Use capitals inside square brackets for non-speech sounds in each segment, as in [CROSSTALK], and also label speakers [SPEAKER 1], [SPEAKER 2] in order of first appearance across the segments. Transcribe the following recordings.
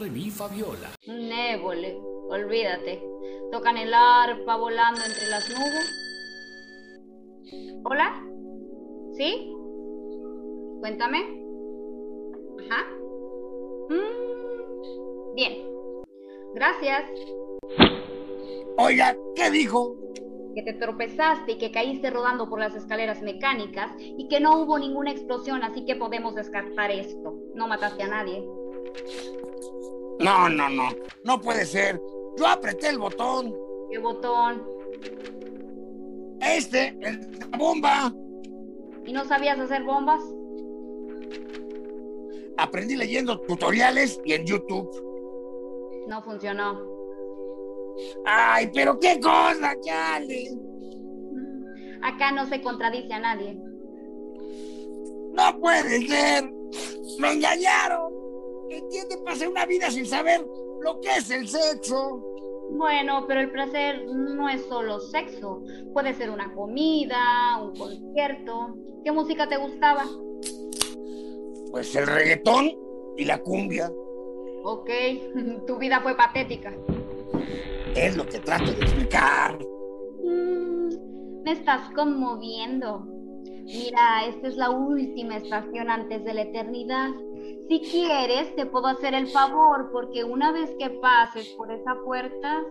[SPEAKER 1] re mi fa viola.
[SPEAKER 2] Névole, olvídate. Tocan el arpa volando entre las nubes. ¿Hola? ¿Sí? Cuéntame. Ajá. Mm, bien. Gracias.
[SPEAKER 3] Oiga, ¿qué dijo?
[SPEAKER 2] que te tropezaste y que caíste rodando por las escaleras mecánicas y que no hubo ninguna explosión, así que podemos descartar esto. No mataste a nadie.
[SPEAKER 3] No, no, no. No puede ser. Yo apreté el botón.
[SPEAKER 2] ¿Qué botón?
[SPEAKER 3] Este, el de la bomba.
[SPEAKER 2] ¿Y no sabías hacer bombas?
[SPEAKER 3] Aprendí leyendo tutoriales y en YouTube.
[SPEAKER 2] No funcionó.
[SPEAKER 3] Ay, pero qué cosa, chale.
[SPEAKER 2] Acá no se contradice a nadie.
[SPEAKER 3] No puede ser. Me engañaron. ¿Entiende? Pasé una vida sin saber lo que es el sexo.
[SPEAKER 2] Bueno, pero el placer no es solo sexo. Puede ser una comida, un concierto. ¿Qué música te gustaba?
[SPEAKER 3] Pues el reggaetón y la cumbia.
[SPEAKER 2] Ok, [LAUGHS] tu vida fue patética.
[SPEAKER 3] Es lo que trato de explicar.
[SPEAKER 2] Mm, me estás conmoviendo. Mira, esta es la última estación antes de la eternidad. Si quieres, te puedo hacer el favor, porque una vez que pases por esa puerta,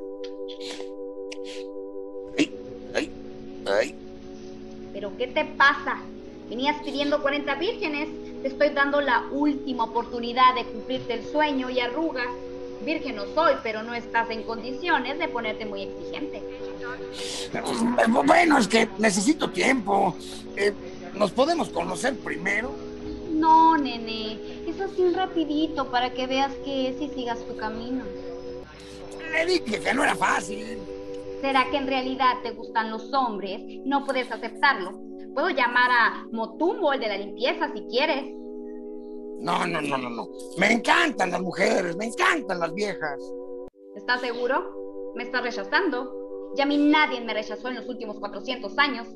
[SPEAKER 3] Ay, ay, ay.
[SPEAKER 2] ¿pero qué te pasa? Venías pidiendo 40 vírgenes, te estoy dando la última oportunidad de cumplirte el sueño y arrugas. Virgen no soy, pero no estás en condiciones de ponerte muy exigente.
[SPEAKER 3] Bueno, es que necesito tiempo. Eh, ¿Nos podemos conocer primero?
[SPEAKER 2] No, nene, es así un rapidito para que veas qué es y sigas tu camino.
[SPEAKER 3] Le dije que no era fácil.
[SPEAKER 2] ¿Será que en realidad te gustan los hombres? No puedes aceptarlo. Puedo llamar a Motumbo, el de la limpieza, si quieres.
[SPEAKER 3] No, no, no, no, no. Me encantan las mujeres, me encantan las viejas.
[SPEAKER 2] ¿Estás seguro? ¿Me estás rechazando? Ya a mí nadie me rechazó en los últimos 400 años.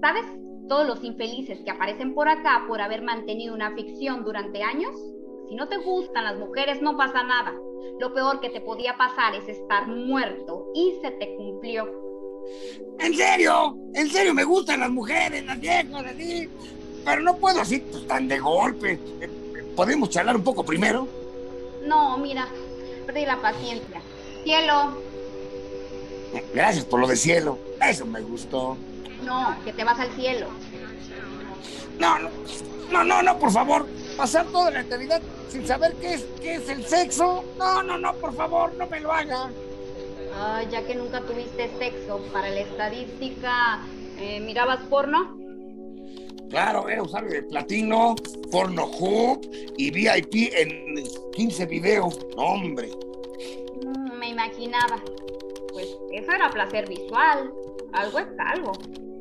[SPEAKER 2] ¿Sabes? Todos los infelices que aparecen por acá por haber mantenido una ficción durante años. Si no te gustan las mujeres, no pasa nada. Lo peor que te podía pasar es estar muerto y se te cumplió.
[SPEAKER 3] En serio, en serio, me gustan las mujeres, las viejas, así. Pero no puedo así pues, tan de golpe. Eh, ¿Podemos charlar un poco primero?
[SPEAKER 2] No, mira, perdí la paciencia. Cielo,
[SPEAKER 3] Gracias por lo de cielo. Eso me gustó.
[SPEAKER 2] no, que te vas al cielo.
[SPEAKER 3] No, no, no, no, no, por favor. Pasar toda la eternidad sin saber qué es, qué es el sexo. No, no, no, por favor, no me lo haga.
[SPEAKER 2] Ah, ya que nunca tuviste sexo, para la estadística, eh, ¿mirabas porno?
[SPEAKER 3] Claro, era usuario de platino, Pornhub y VIP en 15 videos. No, hombre.
[SPEAKER 2] Mm, me imaginaba. Pues eso era placer visual. Algo es algo.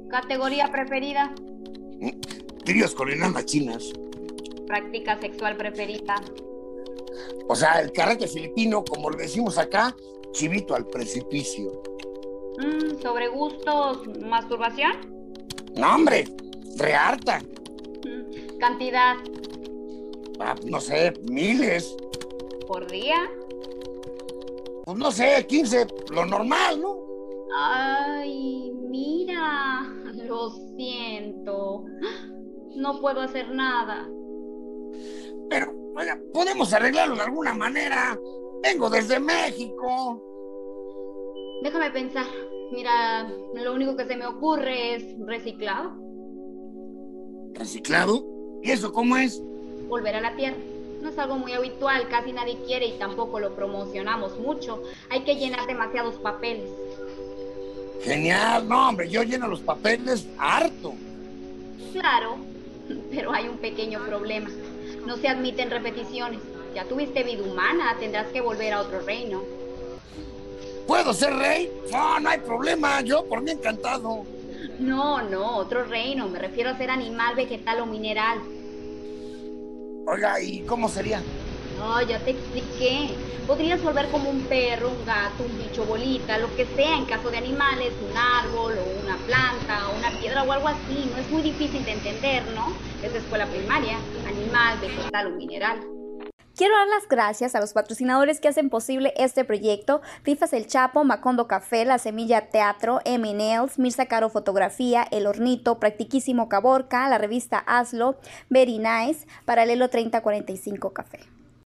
[SPEAKER 2] Categoría preferida.
[SPEAKER 3] Tríos con enanas chinas.
[SPEAKER 2] Práctica sexual preferida.
[SPEAKER 3] O sea, el carrete filipino, como lo decimos acá, chivito al precipicio.
[SPEAKER 2] Mm, sobre gustos, masturbación.
[SPEAKER 3] No, hombre, reharta.
[SPEAKER 2] Mm, cantidad
[SPEAKER 3] Ah, no sé, miles.
[SPEAKER 2] por día.
[SPEAKER 3] Pues no sé, 15, lo normal, ¿no?
[SPEAKER 2] Ay, mira. [LAUGHS] Lo siento. No puedo hacer nada.
[SPEAKER 3] Pero, oiga, podemos arreglarlo de alguna manera. Vengo desde México.
[SPEAKER 2] Déjame pensar. Mira, lo único que se me ocurre es reciclado,
[SPEAKER 3] ¿Reciclado? ¿Y eso cómo es?
[SPEAKER 2] volver a la tierra. No es algo muy habitual, casi nadie quiere y tampoco lo promocionamos mucho. Hay que llenar demasiados papeles.
[SPEAKER 3] Genial, no, hombre, yo lleno los papeles harto.
[SPEAKER 2] Claro, pero hay un pequeño problema. No se admiten repeticiones. Ya tuviste vida humana, tendrás que volver a otro reino.
[SPEAKER 3] ¿Puedo ser rey? No, no hay problema, yo por mí encantado.
[SPEAKER 2] No, no, otro reino. Me refiero a ser animal, vegetal o mineral.
[SPEAKER 3] Oiga, ¿y cómo sería?
[SPEAKER 2] No, ya te expliqué. Podrías volver como un perro, un gato, un bicho bolita, lo que sea en caso de animales, un árbol o una planta o una piedra o algo así. No es muy difícil de entender, ¿no? Es de escuela primaria, animal, vegetal o mineral. Quiero dar las gracias a los patrocinadores que hacen posible este proyecto: Rifas El Chapo, Macondo Café, La Semilla Teatro, M Nails, Mirza Caro Fotografía, El Hornito, Practiquísimo Caborca, la revista Hazlo, Very Nice, Paralelo 3045 Café.